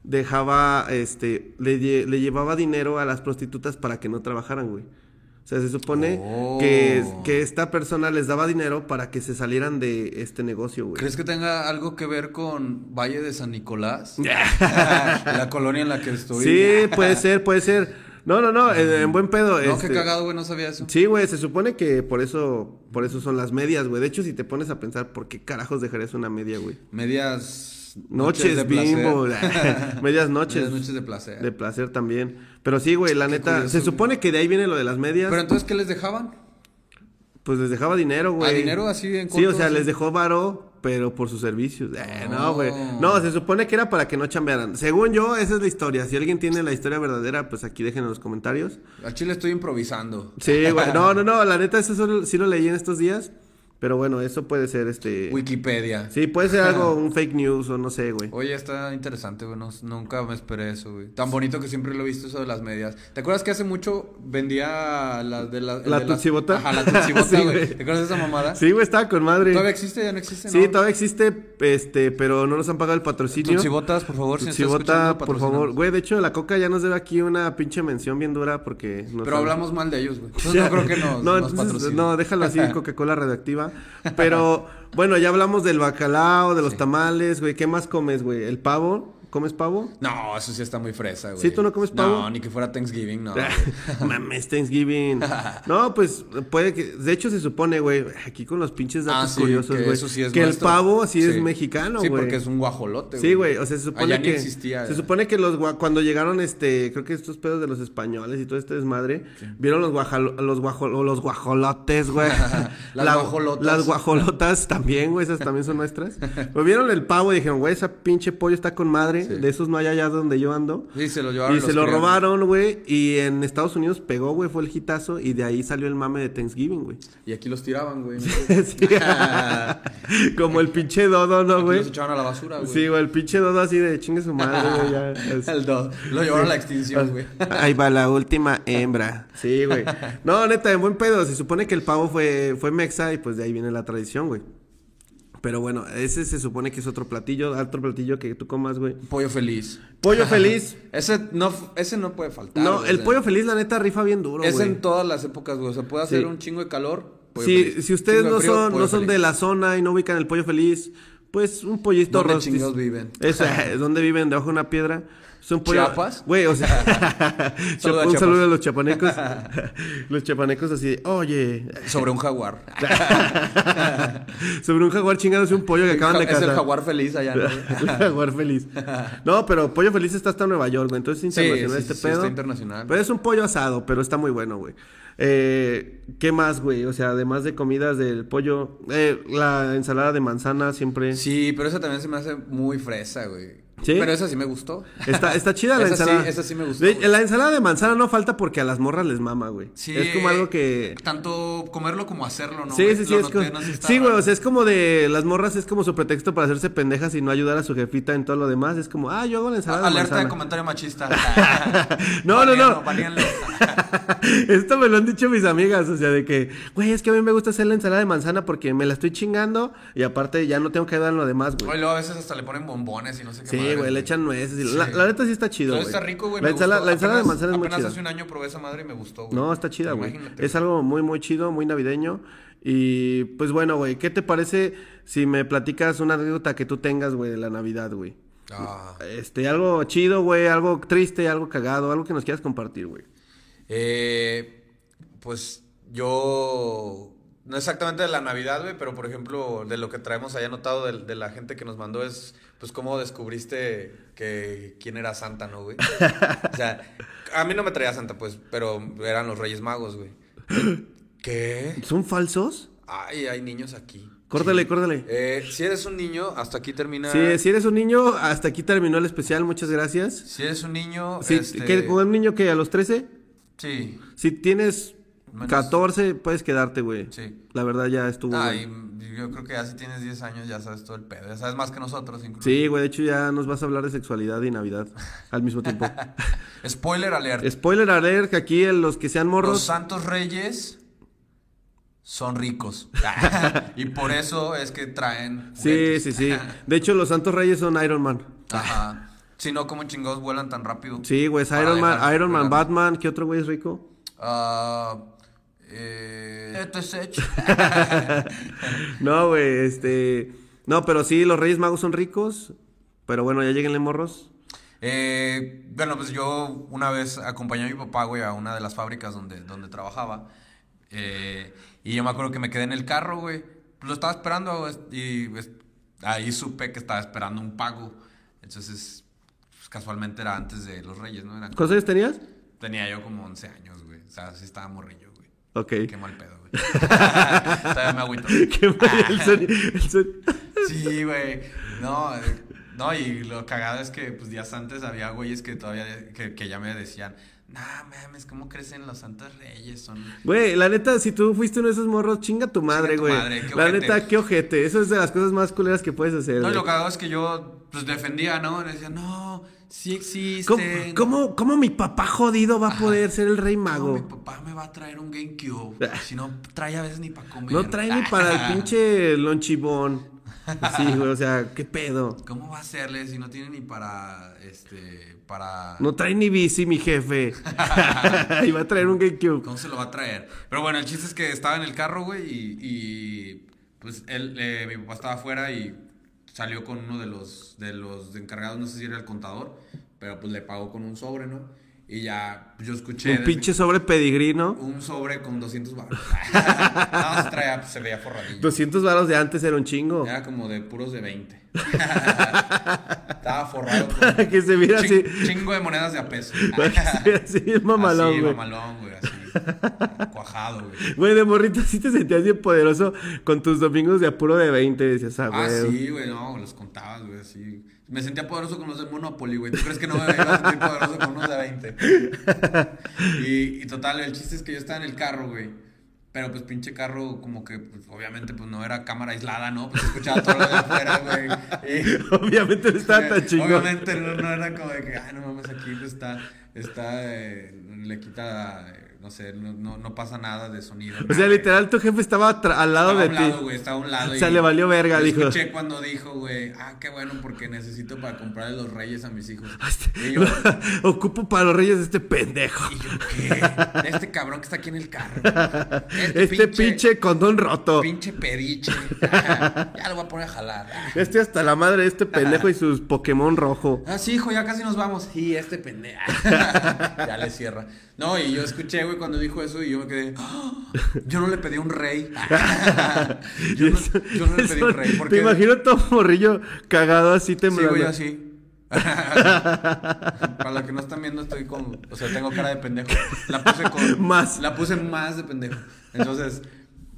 Speaker 2: dejaba, este, le, lle- le llevaba dinero a las prostitutas para que no trabajaran, güey. O sea, se supone
Speaker 1: Oh.
Speaker 2: que, que esta persona les daba dinero para que se salieran de este negocio, güey.
Speaker 1: ¿Crees que tenga algo que ver con Valle de San Nicolás? la colonia en la que estoy. Ah.
Speaker 2: Sí, puede ser, puede ser. No, no, no, en, en buen pedo.
Speaker 1: No,
Speaker 2: este,
Speaker 1: qué cagado, güey, no sabía eso.
Speaker 2: Sí, güey, se supone que por eso, por eso son las medias, güey. De hecho, si te pones a pensar, ¿por qué carajos dejarías una media, güey?
Speaker 1: Medias
Speaker 2: Noches,
Speaker 1: de
Speaker 2: bimbo,
Speaker 1: placer.
Speaker 2: medias
Speaker 1: Medias
Speaker 2: noches.
Speaker 1: noches de placer.
Speaker 2: De placer también. Pero sí, güey, la
Speaker 1: Qué
Speaker 2: neta,
Speaker 1: curioso,
Speaker 2: se
Speaker 1: güey.
Speaker 2: supone que de ahí viene lo de las medias.
Speaker 1: Pero entonces, ¿qué les dejaban?
Speaker 2: Pues les dejaba dinero, güey.
Speaker 1: ¿Ah, dinero así en
Speaker 2: Sí, o
Speaker 1: corto,
Speaker 2: sea,
Speaker 1: así?
Speaker 2: les dejó varo, pero por sus servicios. Eh,
Speaker 1: Oh.
Speaker 2: no, güey. No, se supone que era para que no chambearan. Según yo, esa es la historia. Si alguien tiene la historia verdadera, pues aquí dejen en los comentarios.
Speaker 1: Al chile estoy improvisando.
Speaker 2: Sí, güey. No, no, no. La neta, eso solo- sí lo leí en estos días. Pero bueno, eso puede ser este.
Speaker 1: Wikipedia.
Speaker 2: Sí, puede ser algo, un fake news o no sé, güey.
Speaker 1: Oye, está interesante, güey. no- nunca me esperé eso, güey. Tan bonito que siempre lo he visto eso de las medias. ¿Te acuerdas que hace mucho vendía las de la...
Speaker 2: ¿La
Speaker 1: de las-
Speaker 2: Tutsibota?
Speaker 1: Ajá, la tutsibota,
Speaker 2: Sí,
Speaker 1: güey.
Speaker 2: güey.
Speaker 1: ¿Te acuerdas de esa mamada?
Speaker 2: Sí, güey, estaba con madre.
Speaker 1: ¿Todavía existe? ¿Ya no existe?
Speaker 2: Sí,
Speaker 1: ¿no?
Speaker 2: todavía existe, este, pero no nos han pagado el patrocinio.
Speaker 1: Tutsibotas, por favor, si nos
Speaker 2: Si
Speaker 1: estás
Speaker 2: vota,
Speaker 1: escuchando,
Speaker 2: por favor. Güey, de hecho, la coca ya nos debe aquí una pinche mención bien dura porque... nos
Speaker 1: Pero
Speaker 2: han-
Speaker 1: hablamos mal de ellos, güey. Entonces
Speaker 2: Ya.
Speaker 1: Pues no creo que nos,
Speaker 2: no,
Speaker 1: nos
Speaker 2: entonces,
Speaker 1: patrocinen.
Speaker 2: no, déjalo así, Coca-Cola radioactiva. Pero, bueno, ya hablamos del bacalao, de los tamales, güey. ¿Qué más comes, güey? ¿El pavo? ¿Comes pavo?
Speaker 1: No, eso sí está muy fresa, güey.
Speaker 2: ¿Sí, tú no comes pavo?
Speaker 1: No, ni que fuera Thanksgiving, no. güey.
Speaker 2: Mames, Thanksgiving. No, pues puede que. De hecho, se supone, güey, aquí con los pinches
Speaker 1: Ah,
Speaker 2: datos
Speaker 1: sí,
Speaker 2: curiosos,
Speaker 1: que
Speaker 2: güey.
Speaker 1: eso sí es
Speaker 2: que
Speaker 1: nuestro.
Speaker 2: el pavo sí, es
Speaker 1: Sí.
Speaker 2: mexicano, güey.
Speaker 1: Sí, porque es un guajolote,
Speaker 2: Sí, güey, o sea, se supone
Speaker 1: Allá
Speaker 2: que
Speaker 1: ni existía. eh.
Speaker 2: se supone que los gua- cuando llegaron este, creo que estos pedos de los españoles y todo este desmadre, vieron los guajal, los guajol, o los guajolotes, güey.
Speaker 1: Las
Speaker 2: La-
Speaker 1: guajolotas.
Speaker 2: Las guajolotas también, güey, esas también son nuestras. Pero vieron el pavo y dijeron, "Güey, esa pinche pollo está con madre, de esos no hay allá donde yo ando."
Speaker 1: Sí, se lo llevaron
Speaker 2: Y
Speaker 1: los
Speaker 2: se lo
Speaker 1: criados.
Speaker 2: robaron, güey, y en Estados Unidos pegó, güey, fue el hitazo y de ahí salió el mame de Thanksgiving, güey.
Speaker 1: Y aquí los tiraban, güey.
Speaker 2: Sí. Como el pinche dodo, ¿no,
Speaker 1: Aquí
Speaker 2: güey?
Speaker 1: los echaban a la basura, güey.
Speaker 2: Sí, güey, el pinche dodo así de chingue su madre, güey, ya. así.
Speaker 1: El dos. Lo llevaron a la extinción, güey.
Speaker 2: Ahí va la última hembra. Sí, güey. No, neta, en buen pedo. Se supone que el pavo fue, fue mexa y pues de ahí viene la tradición, güey. Pero bueno, ese se supone que es otro platillo, otro platillo que tú comas, güey.
Speaker 1: Pollo feliz.
Speaker 2: Pollo feliz.
Speaker 1: Ese no, ese no puede faltar.
Speaker 2: No,
Speaker 1: güey, o
Speaker 2: el
Speaker 1: sea,
Speaker 2: pollo feliz, la neta, rifa bien duro,
Speaker 1: Es
Speaker 2: güey.
Speaker 1: en todas las épocas, güey. O sea, puede hacer
Speaker 2: Sí.
Speaker 1: un chingo de calor. pollo
Speaker 2: Si,
Speaker 1: feliz.
Speaker 2: si ustedes
Speaker 1: Chingo de
Speaker 2: no
Speaker 1: frío,
Speaker 2: son,
Speaker 1: pollo
Speaker 2: no son
Speaker 1: feliz.
Speaker 2: de la zona y no ubican el pollo feliz, pues un pollito
Speaker 1: ¿Dónde
Speaker 2: rostiz-
Speaker 1: chingados viven?
Speaker 2: Eso, eh, ¿dónde viven? ¿Debajo de una piedra? Es un pollo...
Speaker 1: ¿Chiapas?
Speaker 2: Güey, o sea...
Speaker 1: Saluda a
Speaker 2: un
Speaker 1: Chiapas.
Speaker 2: saludo a los chapanecos. los chapanecos así de, oye...
Speaker 1: Sobre un jaguar.
Speaker 2: Sobre un jaguar chingándose un pollo que acaban de
Speaker 1: es
Speaker 2: cazar.
Speaker 1: el jaguar feliz allá. ¿no?
Speaker 2: El jaguar feliz. No, pero pollo feliz está hasta Nueva York, güey. Entonces es
Speaker 1: Sí,
Speaker 2: internacional
Speaker 1: sí,
Speaker 2: este
Speaker 1: sí, sí,
Speaker 2: pedo. Pues,
Speaker 1: está internacional.
Speaker 2: Pero es un pollo asado, pero está muy bueno, güey. Eh, ¿Qué más, güey? O sea, además de comidas del pollo, eh, la ensalada de manzana siempre.
Speaker 1: Sí, pero esa también se me hace muy fresa, güey.
Speaker 2: ¿Sí?
Speaker 1: Pero esa sí me gustó.
Speaker 2: Está, está chida la
Speaker 1: Esa sí-
Speaker 2: ensalada.
Speaker 1: esa sí me gustó,
Speaker 2: De-
Speaker 1: güey.
Speaker 2: la ensalada de manzana no falta porque a las morras les mama, güey. es como algo que.
Speaker 1: Tanto comerlo como hacerlo, ¿no?
Speaker 2: Sí,
Speaker 1: güey?
Speaker 2: sí, sí,
Speaker 1: Lo
Speaker 2: es
Speaker 1: noté, no
Speaker 2: como...
Speaker 1: sé si está
Speaker 2: Sí, güey,
Speaker 1: raro.
Speaker 2: o sea, es como de... Las morras es como su pretexto para hacerse pendejas y no ayudar a su jefita en todo lo demás. Es como, ah, yo hago la ensalada de
Speaker 1: Alerta de
Speaker 2: manzana.
Speaker 1: comentario machista.
Speaker 2: No, no, no.
Speaker 1: Baneanlo, baneanlo.
Speaker 2: Esto me lo han dicho mis amigas, o sea, de que, güey, es que a mí me gusta hacer la ensalada de manzana porque me la estoy chingando y aparte ya no tengo que ayudar en lo demás,
Speaker 1: Oye,
Speaker 2: güey.
Speaker 1: luego a veces hasta le ponen bombones y no sé qué.
Speaker 2: Sí,
Speaker 1: madres,
Speaker 2: güey, le echan nueces. y- La,
Speaker 1: Sí.
Speaker 2: la neta sí está chido,
Speaker 1: Pero
Speaker 2: güey.
Speaker 1: está rico, güey.
Speaker 2: La,
Speaker 1: me
Speaker 2: ensala-
Speaker 1: gustó.
Speaker 2: la ensalada de
Speaker 1: Apenas-
Speaker 2: manzana es muy
Speaker 1: apenas
Speaker 2: chida.
Speaker 1: hace un año probé esa madre y me gustó, güey.
Speaker 2: No, está chida, güey.
Speaker 1: Imagínate,
Speaker 2: Es algo muy, muy chido, muy navideño. Y pues bueno, güey, ¿qué te parece si me platicas una anécdota que tú tengas, güey, de la Navidad, güey?
Speaker 1: Ah.
Speaker 2: Este, algo chido, güey, algo triste, algo cagado, algo que nos quieras compartir, güey.
Speaker 1: Eh, pues yo. No exactamente de la Navidad, güey, pero por ejemplo, de lo que traemos ahí anotado de, de la gente que nos mandó es, pues, cómo descubriste que quién era Santa, ¿no, güey? O sea, a mí no me traía Santa, pues, pero eran los Reyes Magos, güey. ¿Qué?
Speaker 2: ¿Son falsos?
Speaker 1: Ay, hay niños aquí.
Speaker 2: Córtale, córtale.
Speaker 1: Eh, si eres un niño, hasta aquí termina.
Speaker 2: Sí, si eres un niño, hasta aquí terminó el especial, muchas gracias.
Speaker 1: Si eres un niño,
Speaker 2: Si,
Speaker 1: este,
Speaker 2: que- como un niño que a los 13,
Speaker 1: sí.
Speaker 2: si tienes
Speaker 1: menos-
Speaker 2: 14 puedes quedarte, güey.
Speaker 1: Sí.
Speaker 2: La verdad ya estuvo.
Speaker 1: Ah,
Speaker 2: güey.
Speaker 1: y yo creo que ya si tienes 10 años ya sabes todo el pedo. Ya sabes más que nosotros incluso.
Speaker 2: Sí, güey, de hecho ya nos vas a hablar de sexualidad y Navidad al mismo tiempo.
Speaker 1: Spoiler alert.
Speaker 2: Spoiler alert, que aquí en los que sean
Speaker 1: Los
Speaker 2: morros,
Speaker 1: santos reyes son ricos. y por eso es que traen
Speaker 2: sí,
Speaker 1: juguetes.
Speaker 2: sí, sí. De hecho, los Santos Reyes son Iron Man.
Speaker 1: Ajá. Si no, ¿cómo chingados vuelan tan rápido?
Speaker 2: Sí, güey, es
Speaker 1: Para
Speaker 2: Iron Man,
Speaker 1: dejar
Speaker 2: Iron Man,
Speaker 1: colgando.
Speaker 2: Batman, ¿qué otro güey es rico?
Speaker 1: Ah, eh, esto es hecho.
Speaker 2: No, güey, este, no, pero sí, los Reyes Magos son ricos, pero bueno, ya lleguenle morros.
Speaker 1: Eh, bueno, pues yo una vez acompañé a mi papá, güey, a una de las fábricas donde, donde trabajaba. Eh, y yo me acuerdo que me quedé en el carro, güey. Pues Lo estaba esperando güey, y pues, ahí supe que estaba esperando un pago. Entonces, pues, casualmente era antes de los Reyes, ¿no? Era-
Speaker 2: ¿Cuántos años tenías?
Speaker 1: tenía yo como 11 años, güey. O sea, sí estaba morrillo, güey.
Speaker 2: Ok.
Speaker 1: Qué mal pedo, güey. Todavía me agüito.
Speaker 2: Qué mal, el soni- el soni-
Speaker 1: Sí, güey. No, eh, no, y lo cagado es que pues días antes había güeyes que todavía, que, que ya me decían, nah, mames, ¿cómo crecen los santos reyes? Son...
Speaker 2: Güey, la neta, si tú fuiste uno de esos morros, chinga tu madre,
Speaker 1: tu
Speaker 2: güey.
Speaker 1: madre, qué
Speaker 2: la
Speaker 1: ojete.
Speaker 2: neta, qué ojete. Eso es de las cosas más culeras que puedes hacer.
Speaker 1: No, y
Speaker 2: güey.
Speaker 1: lo cagado es que yo pues defendía, ¿no? Le decía, no, sí
Speaker 2: ¿Cómo,
Speaker 1: existen.
Speaker 2: cómo, cómo mi papá jodido va a poder ser el rey
Speaker 1: No, mi
Speaker 2: mago?
Speaker 1: papá me va a traer un GameCube. Si no, trae a veces ni para comer.
Speaker 2: No trae ni para el pinche lonchibón. Sí, güey, o sea, qué pedo.
Speaker 1: ¿Cómo va a hacerle si no tiene ni para, este, para...
Speaker 2: No trae ni bici, mi jefe. y va a traer un GameCube.
Speaker 1: ¿Cómo se lo va a traer? Pero bueno, el chiste es que estaba en el carro, güey, y, y, pues él, eh, mi papá estaba afuera y salió con uno de los, de los encargados, no sé si era el contador, pero pues le pagó con un sobre, ¿no? Y ya pues, yo escuché...
Speaker 2: Un
Speaker 1: desde-
Speaker 2: pinche sobre pedigrino.
Speaker 1: un sobre con 200 baros. Nada más traía, pues, se veía forradillo.
Speaker 2: 200 varos de antes era un chingo.
Speaker 1: Era como de puros de 20. Estaba forrado con
Speaker 2: Para que se viera así.
Speaker 1: chin- chingo de monedas de a peso.
Speaker 2: Para que se viera así, mamalón,
Speaker 1: así,
Speaker 2: güey.
Speaker 1: mamalón, güey, así. Cuajado, güey.
Speaker 2: Güey, de morrito sí te sentías bien poderoso con tus domingos de apuro de 20. Decías, ah, güey.
Speaker 1: Ah, sí, güey, no, los contabas, güey, así. Me sentía poderoso con los del Monopoly, güey. ¿Tú crees que no me iba a sentir poderoso con unos de 20? Y, y total, el chiste es que yo estaba en el carro, güey. Pero pues pinche carro, como que, pues, obviamente, pues no era cámara aislada, ¿no? Pues escuchaba todo lo de afuera, güey. Y-
Speaker 2: Obviamente no estaba tan chingón.
Speaker 1: Obviamente no, no era como de que, ah, no mames, aquí pues, está, está, eh, le quita, eh, no sé, no, no, no pasa nada de sonido.
Speaker 2: O sea,
Speaker 1: nada.
Speaker 2: literal, tu jefe estaba tra- al lado
Speaker 1: Estaba a
Speaker 2: de
Speaker 1: un
Speaker 2: ti.
Speaker 1: lado, güey, estaba a un lado.
Speaker 2: O
Speaker 1: y
Speaker 2: sea, le valió verga,
Speaker 1: lo
Speaker 2: dijo.
Speaker 1: Escuché cuando dijo, güey, ah, qué bueno, porque necesito para comprarle los reyes a mis hijos.
Speaker 2: Ah, este,
Speaker 1: Y yo,
Speaker 2: Ocupo para los reyes este pendejo.
Speaker 1: y yo, ¿qué? Este cabrón que está aquí en el carro.
Speaker 2: Este, pinche... condón roto.
Speaker 1: Pinche pediche. ya lo voy a poner a jalar.
Speaker 2: Este hasta la madre de este pendejo y sus Pokémon rojo.
Speaker 1: Ah, sí, hijo, ya casi nos vamos. Sí, este pendejo. ya le cierra. No, y yo escuché, güey, cuando dijo eso y yo me quedé. "Ah, yo no le pedí un rey. yo, no, yo no le pedí un rey.
Speaker 2: Te
Speaker 1: Porque
Speaker 2: imagino todo morrillo cagado así
Speaker 1: Sí,
Speaker 2: temblando.
Speaker 1: güey, yo así. Para los que no están viendo, estoy con. O sea, tengo cara de pendejo. La puse con.
Speaker 2: Más.
Speaker 1: La puse más de pendejo. Entonces,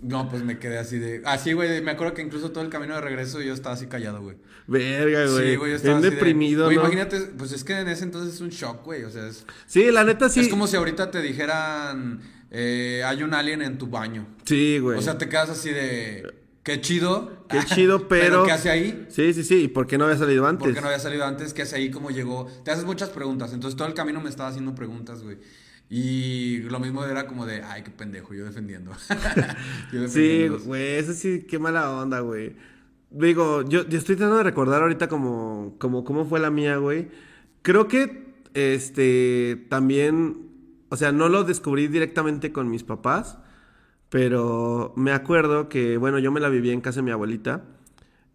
Speaker 1: no, pues me quedé así de. Así, güey. Me acuerdo que incluso todo el camino de regreso yo estaba así callado, güey.
Speaker 2: Verga, güey.
Speaker 1: Sí, güey, yo estaba
Speaker 2: Bien
Speaker 1: así de-
Speaker 2: deprimido,
Speaker 1: Güey,
Speaker 2: ¿no?
Speaker 1: imagínate, pues es que en ese entonces es un shock, güey. O sea, es,
Speaker 2: Sí, la neta sí.
Speaker 1: es como si ahorita te dijeran. eh, hay un alien en tu baño.
Speaker 2: Sí, güey.
Speaker 1: O sea, te quedas así de. Qué chido.
Speaker 2: Qué chido, pero...
Speaker 1: pero ¿qué hace ahí?
Speaker 2: Sí, sí, sí. ¿Y por qué no había salido antes?
Speaker 1: Porque no había salido antes, que hace ahí como llegó. Te haces muchas preguntas. Entonces todo el camino me estaba haciendo preguntas, güey. Y lo mismo era como de, ay, qué pendejo, yo defendiendo. Yo
Speaker 2: Sí,
Speaker 1: defendiéndolos.
Speaker 2: güey, eso sí, qué mala onda, güey. Digo, yo, yo estoy tratando de recordar ahorita como, como cómo fue la mía, güey. Creo que, este, también, o sea, no lo descubrí directamente con mis papás, pero me acuerdo que, bueno, yo me la viví en casa de mi abuelita.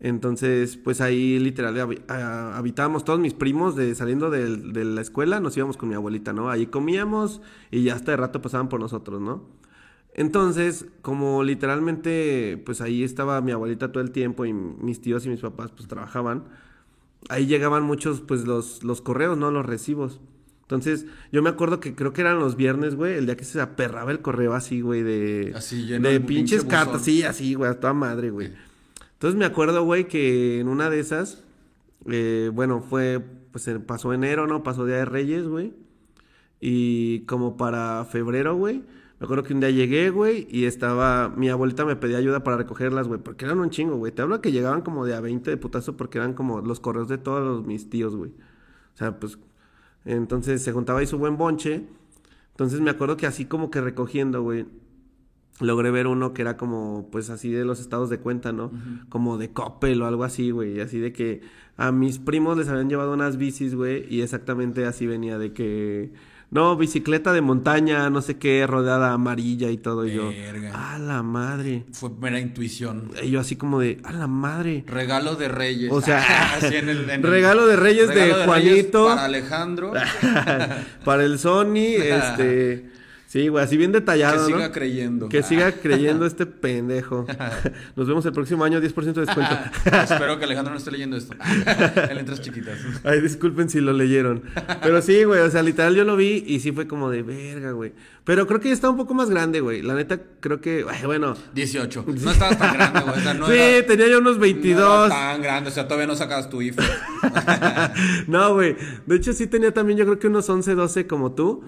Speaker 2: Entonces, pues ahí literal habi- a- habitábamos todos mis primos de, saliendo del- de, la escuela, nos íbamos con mi abuelita, ¿no? Ahí comíamos y ya hasta de rato pasaban por nosotros, ¿no? Entonces, como literalmente, pues ahí estaba mi abuelita todo el tiempo y mis tíos y mis papás pues trabajaban, ahí llegaban muchos pues los, los correos, ¿no? Los recibos. Entonces, yo me acuerdo que creo que eran los viernes, güey, el día que se aperraba el correo así, güey, de,
Speaker 1: Así, lleno
Speaker 2: de
Speaker 1: el
Speaker 2: pinches
Speaker 1: pinche
Speaker 2: cartas,
Speaker 1: buzón.
Speaker 2: sí, así, güey, a toda madre, güey. Entonces me acuerdo, güey, que en una de esas, eh, bueno, fue, pues eh, pasó enero, ¿no? Pasó Día de Reyes, güey. Y como para febrero, güey, Me acuerdo que un día llegué, güey, y estaba. Mi abuelita me pedía ayuda para recogerlas, güey, porque eran un chingo, güey. Te hablo que llegaban como de a 20 de putazo porque eran como los correos de todos los- mis tíos, güey. O sea, pues. Entonces se juntaba ahí su buen bonche. Entonces me acuerdo que así como que recogiendo, güey, logré ver uno que era como, pues así de los estados de cuenta, ¿no? Como de Coppel o algo así, güey. Así de que a mis primos les habían llevado unas bicis, güey, y exactamente así venía de que. No, bicicleta de montaña, no sé qué, rodeada amarilla y todo. Y yo,
Speaker 1: Verga.
Speaker 2: a la madre.
Speaker 1: Fue mera intuición.
Speaker 2: Y yo, así como de, a la madre.
Speaker 1: Regalo de Reyes.
Speaker 2: O sea,
Speaker 1: Así en el- en el-
Speaker 2: regalo de Reyes de
Speaker 1: Regalo Reyes
Speaker 2: Juanito.
Speaker 1: para Alejandro.
Speaker 2: Para el Sony, este. Sí, güey, así bien detallado.
Speaker 1: Que
Speaker 2: ¿no?
Speaker 1: siga creyendo.
Speaker 2: Que siga creyendo este pendejo. Nos vemos el próximo año, 10% de descuento.
Speaker 1: Ah, Espero que Alejandro no esté leyendo esto. en letras chiquitas.
Speaker 2: Ay, disculpen si lo leyeron. Pero sí, güey, o sea, literal yo lo vi y sí fue como de verga, güey. Pero creo que está un poco más grande, güey. La neta, creo que, ay, bueno.
Speaker 1: 18. No estabas tan grande, güey. O sea, no
Speaker 2: sí,
Speaker 1: era-
Speaker 2: tenía yo unos
Speaker 1: No
Speaker 2: 22.
Speaker 1: era tan grande, o sea, todavía no sacabas tu E. IFE.
Speaker 2: No, güey. De hecho, sí tenía también, yo creo que unos 11, 12 como tú.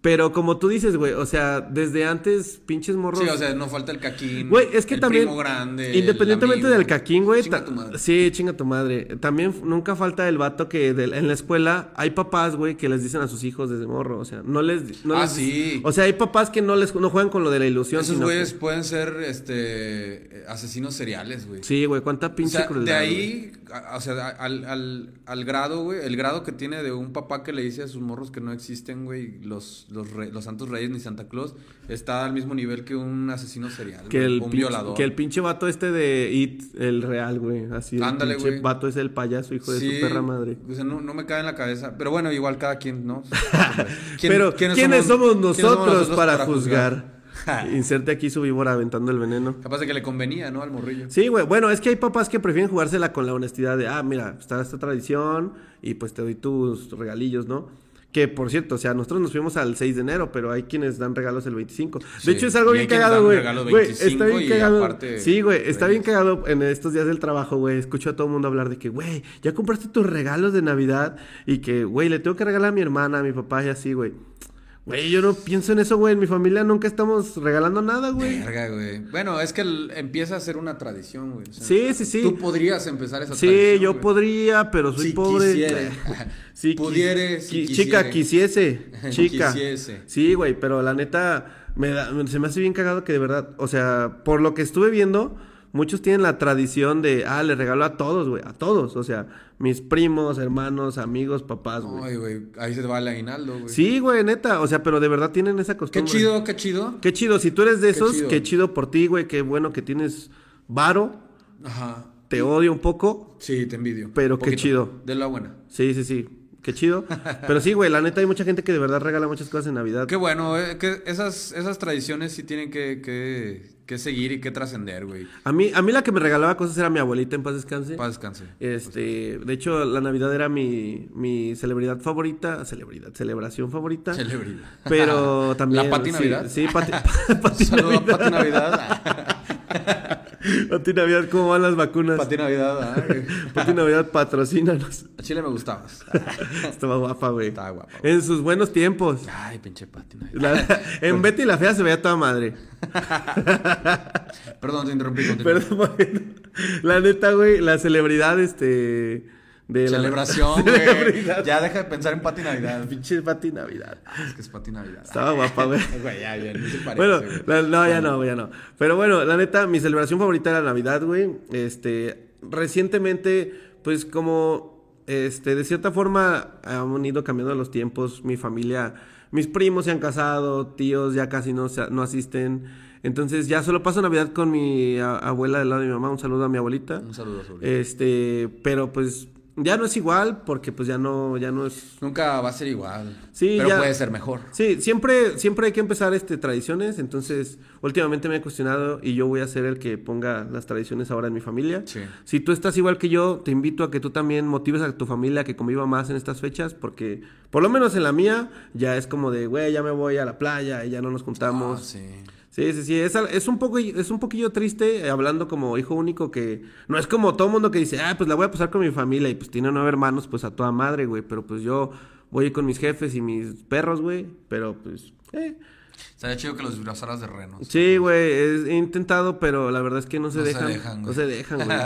Speaker 2: Pero como tú dices, güey, o sea, desde antes, pinches morros.
Speaker 1: Sí, o sea, no falta el caquín.
Speaker 2: Güey, es que
Speaker 1: el
Speaker 2: también.
Speaker 1: Primo grande, el
Speaker 2: independientemente
Speaker 1: amigo.
Speaker 2: del caquín, güey.
Speaker 1: Chinga
Speaker 2: ta-
Speaker 1: tu madre.
Speaker 2: Sí, chinga tu madre. También f- nunca falta el vato que del- en la escuela hay papás, güey, que les dicen a sus hijos desde morro. O sea, no les. No
Speaker 1: Ah,
Speaker 2: les-
Speaker 1: sí.
Speaker 2: O sea, hay papás que no les no juegan con lo de la ilusión.
Speaker 1: Esos
Speaker 2: sino que-
Speaker 1: güeyes pueden ser este asesinos seriales, güey.
Speaker 2: Sí, güey, cuánta
Speaker 1: O
Speaker 2: pinche
Speaker 1: sea,
Speaker 2: crueldad.
Speaker 1: de
Speaker 2: güey.
Speaker 1: ahí, a- o sea, al, al- al grado, güey, el grado que tiene de un papá que le dice a sus morros que no existen, güey, los, los, re- los santos reyes ni Santa Claus, está al mismo nivel que un asesino serial,
Speaker 2: Que
Speaker 1: güey,
Speaker 2: el,
Speaker 1: o un
Speaker 2: pinche,
Speaker 1: violador.
Speaker 2: que el pinche vato este de It, el real, güey. Así. El
Speaker 1: Ándale,
Speaker 2: pinche
Speaker 1: güey.
Speaker 2: vato es el payaso, hijo de
Speaker 1: Sí,
Speaker 2: su perra madre.
Speaker 1: O sea, no, no me cae en la cabeza. Pero bueno, igual cada quien, ¿no?
Speaker 2: Pero, ¿quiénes, somos,
Speaker 1: quiénes
Speaker 2: nosotros para, juzgar? Inserte aquí su víbora aventando el veneno.
Speaker 1: Capaz de que le convenía, ¿no? Al morrillo.
Speaker 2: Sí, güey. Bueno, es que hay papás que prefieren jugársela con la honestidad de, ah, mira, está esta tradición y pues te doy tus regalillos, ¿no? Que por cierto, o sea, nosotros nos fuimos al 6 de enero, pero hay quienes dan regalos el 25. De
Speaker 1: Sí,
Speaker 2: hecho, es algo
Speaker 1: y
Speaker 2: bien
Speaker 1: hay quienes
Speaker 2: cagado,
Speaker 1: dan
Speaker 2: güey.
Speaker 1: regalo
Speaker 2: Güey,
Speaker 1: 25
Speaker 2: Está bien
Speaker 1: y
Speaker 2: cagado.
Speaker 1: aparte
Speaker 2: sí, güey, está bien
Speaker 1: Reyes.
Speaker 2: cagado en estos días del trabajo, güey. Escucho a todo el mundo hablar de que, güey, ya compraste tus regalos de Navidad y que, güey, le tengo que regalar a mi hermana, a mi papá y así, güey. Güey, yo no pienso en eso, güey. En mi familia nunca estamos regalando nada, güey.
Speaker 1: Verga, güey. Bueno, es que el- empieza a ser una tradición, güey. O sea,
Speaker 2: Sí, sí, sí.
Speaker 1: Tú podrías empezar esa tradición.
Speaker 2: Sí, yo
Speaker 1: güey.
Speaker 2: podría, pero soy
Speaker 1: Si
Speaker 2: pobre.
Speaker 1: quisiere.
Speaker 2: Sí,
Speaker 1: Pudiere,
Speaker 2: quis-
Speaker 1: si
Speaker 2: qui-
Speaker 1: quisiere.
Speaker 2: Chica, quisiese. Chica.
Speaker 1: Quisiese.
Speaker 2: Sí, güey, pero la neta, me da- se me hace bien cagado que de verdad, o sea, por lo que estuve viendo, muchos tienen la tradición de, ah, le regalo a todos, güey, a todos. O sea, mis primos, hermanos, amigos, papás, güey.
Speaker 1: Ay, güey. Ahí se te va el aguinaldo, güey.
Speaker 2: Sí, güey, neta, o sea, pero de verdad tienen esa
Speaker 1: Qué
Speaker 2: costumbre.
Speaker 1: chido, qué chido.
Speaker 2: Qué chido, si tú eres de esos,
Speaker 1: chido.
Speaker 2: qué chido por ti, güey, qué bueno que tienes varo,
Speaker 1: Ajá.
Speaker 2: te odio un poco,
Speaker 1: Sí, te envidio.
Speaker 2: Pero
Speaker 1: Un
Speaker 2: qué
Speaker 1: poquito.
Speaker 2: chido.
Speaker 1: De la buena.
Speaker 2: Sí, sí, sí. Qué chido. Pero sí, güey, la neta hay mucha gente que de verdad regala muchas cosas en Navidad.
Speaker 1: Qué bueno, eh, que esas, esas tradiciones sí tienen que, que, que seguir y que trascender, güey.
Speaker 2: A mí, a mí la que me regalaba cosas era mi abuelita en paz descanse.
Speaker 1: Paz descanse.
Speaker 2: Este, de hecho, la Navidad era mi, mi celebridad favorita, celebridad, celebración favorita.
Speaker 1: Celebridad.
Speaker 2: Ah. Pero
Speaker 1: ¿La
Speaker 2: también.
Speaker 1: Pati
Speaker 2: sí,
Speaker 1: Navidad?
Speaker 2: Sí, Pati, Pati
Speaker 1: Saludos a Pati
Speaker 2: Navidad.
Speaker 1: Navidad. Ah,
Speaker 2: Pati Navidad, ¿cómo van las vacunas?
Speaker 1: Pati Navidad. ah, güey.
Speaker 2: Pati Navidad, patrocínanos.
Speaker 1: A Chile me gustabas.
Speaker 2: Estaba guapa, güey.
Speaker 1: Estaba guapa, güey.
Speaker 2: En sus buenos tiempos.
Speaker 1: Ay, pinche Pati Navidad.
Speaker 2: La- en Betty la Fea se veía toda madre.
Speaker 1: Perdón, te interrumpí. continúa.
Speaker 2: Perdón, bueno. la neta, güey, la celebridad, este... De la-
Speaker 1: Celebración, güey.
Speaker 2: Celebridad.
Speaker 1: Ya deja de pensar en Pati Navidad.
Speaker 2: Pinche Pati Navidad.
Speaker 1: Es que es Pati Navidad.
Speaker 2: Estaba guapa, güey.
Speaker 1: Güey, ya, ya, ni se parece,
Speaker 2: Bueno,
Speaker 1: güey.
Speaker 2: la- no, ya no, güey, ya no. Pero bueno, la neta, mi celebración favorita era Navidad, güey. Este, recientemente, pues como, este, de cierta forma han ido cambiando los tiempos. Mi familia, mis primos se han casado, tíos ya casi no, se- no asisten. Entonces ya solo paso Navidad con mi a- abuela del lado de mi mamá. Un saludo a mi abuelita.
Speaker 1: Un saludo, sobre.
Speaker 2: Este, pero pues ya no es igual porque pues ya no, ya no es
Speaker 1: Nunca va a ser igual.
Speaker 2: Sí,
Speaker 1: Pero
Speaker 2: ya-
Speaker 1: puede ser mejor.
Speaker 2: Sí, siempre, siempre hay que empezar este, tradiciones, entonces últimamente me he cuestionado y yo voy a ser el que ponga las tradiciones ahora en mi familia.
Speaker 1: Sí.
Speaker 2: Si tú estás igual que yo, te invito a que tú también motives a tu familia a que conviva más en estas fechas, porque por lo menos en la mía ya es como de, güey, ya me voy a la playa y ya no nos juntamos.
Speaker 1: Ah, sí.
Speaker 2: Sí, sí, sí, es, al- es un poco, es un poquillo triste eh, hablando como hijo único que no es como todo mundo que dice, ah, pues la voy a pasar con mi familia y pues tiene nueve hermanos, pues a toda madre, güey, pero pues yo voy con mis jefes y mis perros, güey, pero pues, eh,
Speaker 1: Estaría chido que los disfrazaras de renos.
Speaker 2: Sí, güey, es- he intentado, pero la verdad es que no se
Speaker 1: No se
Speaker 2: dejan.
Speaker 1: dejan, güey.
Speaker 2: no se dejan, güey.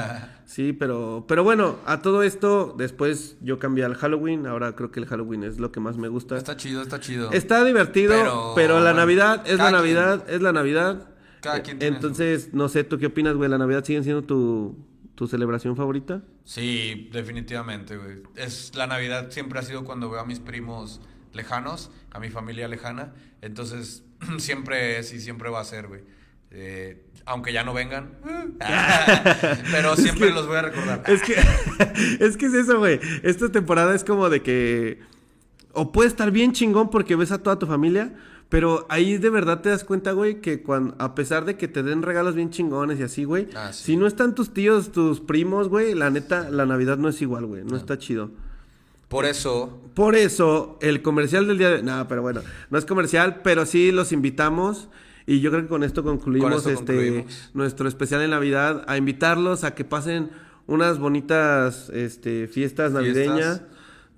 Speaker 2: Sí, pero, pero bueno, a todo esto, después yo cambié al Halloween. Ahora creo que el Halloween es lo que más me gusta. Está,
Speaker 1: Está chido, está chido.
Speaker 2: divertido,
Speaker 1: Pero,
Speaker 2: pero, la
Speaker 1: bueno,
Speaker 2: Navidad es la
Speaker 1: cada quien.
Speaker 2: Navidad, es la Navidad.
Speaker 1: Cada
Speaker 2: Eh,
Speaker 1: quien tiene su-
Speaker 2: Entonces, no sé, ¿tú qué opinas, güey? ¿La Navidad sigue siendo tu, tu celebración favorita?
Speaker 1: Sí, definitivamente, güey. Es la Navidad siempre ha sido cuando veo a mis primos lejanos, a mi familia lejana, entonces siempre es y siempre va a ser, güey. Eh, aunque ya no vengan, pero
Speaker 2: Es
Speaker 1: siempre
Speaker 2: que-
Speaker 1: los voy a recordar.
Speaker 2: Es que, es que es eso, güey. Esta temporada es como de que. O puede estar bien chingón porque ves a toda tu familia. Pero ahí de verdad te das cuenta, güey, que cuando, a pesar de que te den regalos bien chingones y así, güey,
Speaker 1: Ah, sí.
Speaker 2: si no están tus tíos, tus primos, güey, la neta, la Navidad no es igual, güey, no,
Speaker 1: Ah.
Speaker 2: está chido.
Speaker 1: Por eso,
Speaker 2: Por eso, el comercial del día de... No, pero bueno, no es comercial, pero sí los invitamos. Y yo creo que con esto concluimos,
Speaker 1: Con esto
Speaker 2: este,
Speaker 1: concluimos.
Speaker 2: nuestro especial en Navidad. A invitarlos a que pasen unas bonitas este, fiestas navideñas.
Speaker 1: Fiestas.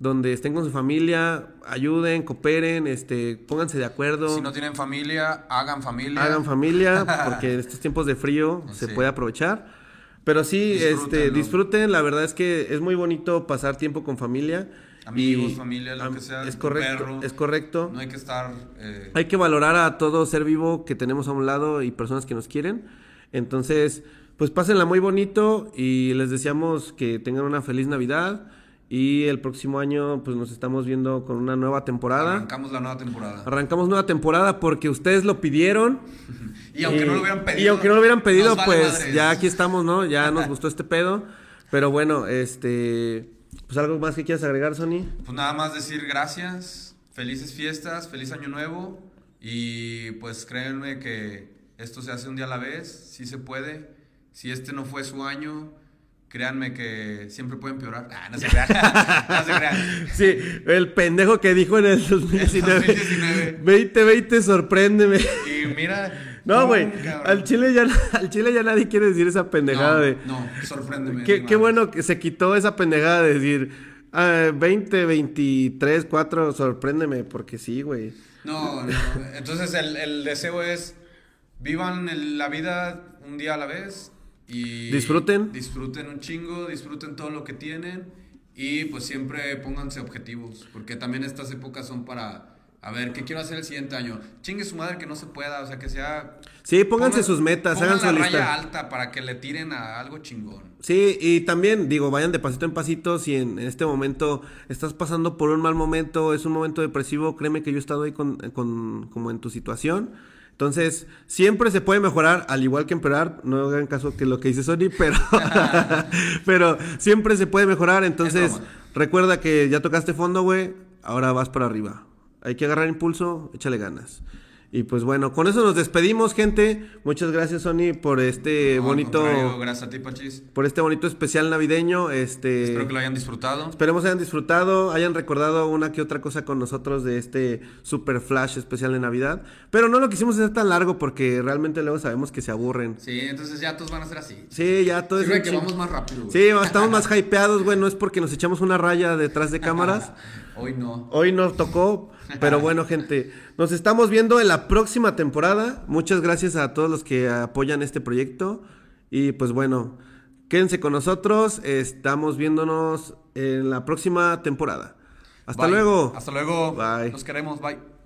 Speaker 2: Donde estén con su familia, ayuden, cooperen, este, pónganse de acuerdo,
Speaker 1: si no tienen familia, hagan familia.
Speaker 2: hagan familia, porque en estos tiempos de frío se
Speaker 1: Sí.
Speaker 2: puede aprovechar. Pero sí, este,
Speaker 1: Disfrútenlo.
Speaker 2: disfruten, la verdad es que es muy bonito pasar tiempo con familia.
Speaker 1: Amigos,
Speaker 2: y-
Speaker 1: familia, lo
Speaker 2: am-
Speaker 1: que sea,
Speaker 2: Es
Speaker 1: tu
Speaker 2: correcto,
Speaker 1: perro.
Speaker 2: es correcto.
Speaker 1: No hay que estar eh,
Speaker 2: Hay que valorar a todo ser vivo que tenemos a un lado y personas que nos quieren. Entonces, pues pásenla muy bonito y les deseamos que tengan una feliz Navidad y el próximo año pues nos estamos viendo con una nueva temporada.
Speaker 1: arrancamos la nueva temporada.
Speaker 2: Arrancamos nueva temporada porque ustedes lo pidieron.
Speaker 1: Y aunque no lo hubieran pedido.
Speaker 2: Eh, Y aunque no lo hubieran pedido,
Speaker 1: nos vale
Speaker 2: pues
Speaker 1: madres.
Speaker 2: ya aquí estamos, ¿no? Ya nos gustó este pedo. Pero bueno, este pues algo más que quieras agregar, Sony?
Speaker 1: Pues nada más decir gracias, felices fiestas, feliz año nuevo y pues créanme que esto se hace un día a la vez, si se puede. Si este no fue su año, créanme que siempre pueden empeorar. Ah, no se crean, no se crean.
Speaker 2: Sí, el pendejo que dijo en el 2019.
Speaker 1: 2019.
Speaker 2: 2020, sorpréndeme.
Speaker 1: Y mira.
Speaker 2: No,
Speaker 1: tú,
Speaker 2: güey.
Speaker 1: cabrón.
Speaker 2: Al chile, ya, al chile ya nadie quiere decir esa pendejada
Speaker 1: no,
Speaker 2: de.
Speaker 1: no, sorpréndeme.
Speaker 2: qué,
Speaker 1: ni
Speaker 2: qué
Speaker 1: madres.
Speaker 2: bueno que se quitó esa pendejada de decir. "Ah, 20, 23, 4, sorpréndeme, porque sí, güey.
Speaker 1: No, no. Entonces el, el deseo es vivan el- la vida un día a la vez y
Speaker 2: Disfruten.
Speaker 1: Disfruten un chingo, disfruten todo lo que tienen y pues siempre pónganse objetivos, porque también estas épocas son para a ver qué quiero hacer el siguiente año. Chingue su madre que no se pueda, o sea, que sea
Speaker 2: Sí, pónganse
Speaker 1: pongan-
Speaker 2: sus metas,
Speaker 1: pongan
Speaker 2: hagan su
Speaker 1: la
Speaker 2: lista.
Speaker 1: raya alta para que le tiren a algo chingón.
Speaker 2: Sí, y también, digo, vayan de pasito en pasito. Si en este momento estás pasando por un mal momento, es un momento depresivo, créeme que yo he estado ahí con, con- como en tu situación. Entonces, siempre se puede mejorar, al igual que empeorar. No hagan caso que lo que dice Sony, pero, pero siempre se puede mejorar. Entonces,
Speaker 1: broma.
Speaker 2: recuerda que ya tocaste fondo, güey. Ahora vas para arriba. Hay que agarrar impulso, échale ganas. Y pues bueno, con eso nos despedimos, gente. Muchas gracias, Sony, por este
Speaker 1: No, al
Speaker 2: bonito
Speaker 1: contrario, Gracias a ti, Pachis.
Speaker 2: por este bonito especial navideño. Este,
Speaker 1: Espero que lo hayan disfrutado.
Speaker 2: Esperemos hayan disfrutado, hayan recordado una que otra cosa con nosotros de este super flash especial de Navidad. Pero no lo quisimos hacer tan largo porque realmente luego sabemos que se aburren.
Speaker 1: Sí, entonces ya todos van a ser así.
Speaker 2: Sí, ya todo es
Speaker 1: Sirve
Speaker 2: un
Speaker 1: que
Speaker 2: chin-
Speaker 1: vamos más rápido. güey.
Speaker 2: Sí, estamos más hypeados, güey. No es porque nos echamos una raya detrás de cámaras.
Speaker 1: Hoy no.
Speaker 2: Hoy nos tocó, pero bueno, gente, nos estamos viendo en la próxima temporada. Muchas gracias a todos los que apoyan este proyecto. Y pues bueno, quédense con nosotros. Estamos viéndonos en la próxima temporada. Hasta
Speaker 1: Bye.
Speaker 2: luego.
Speaker 1: Hasta luego.
Speaker 2: Bye.
Speaker 1: Nos queremos. Bye.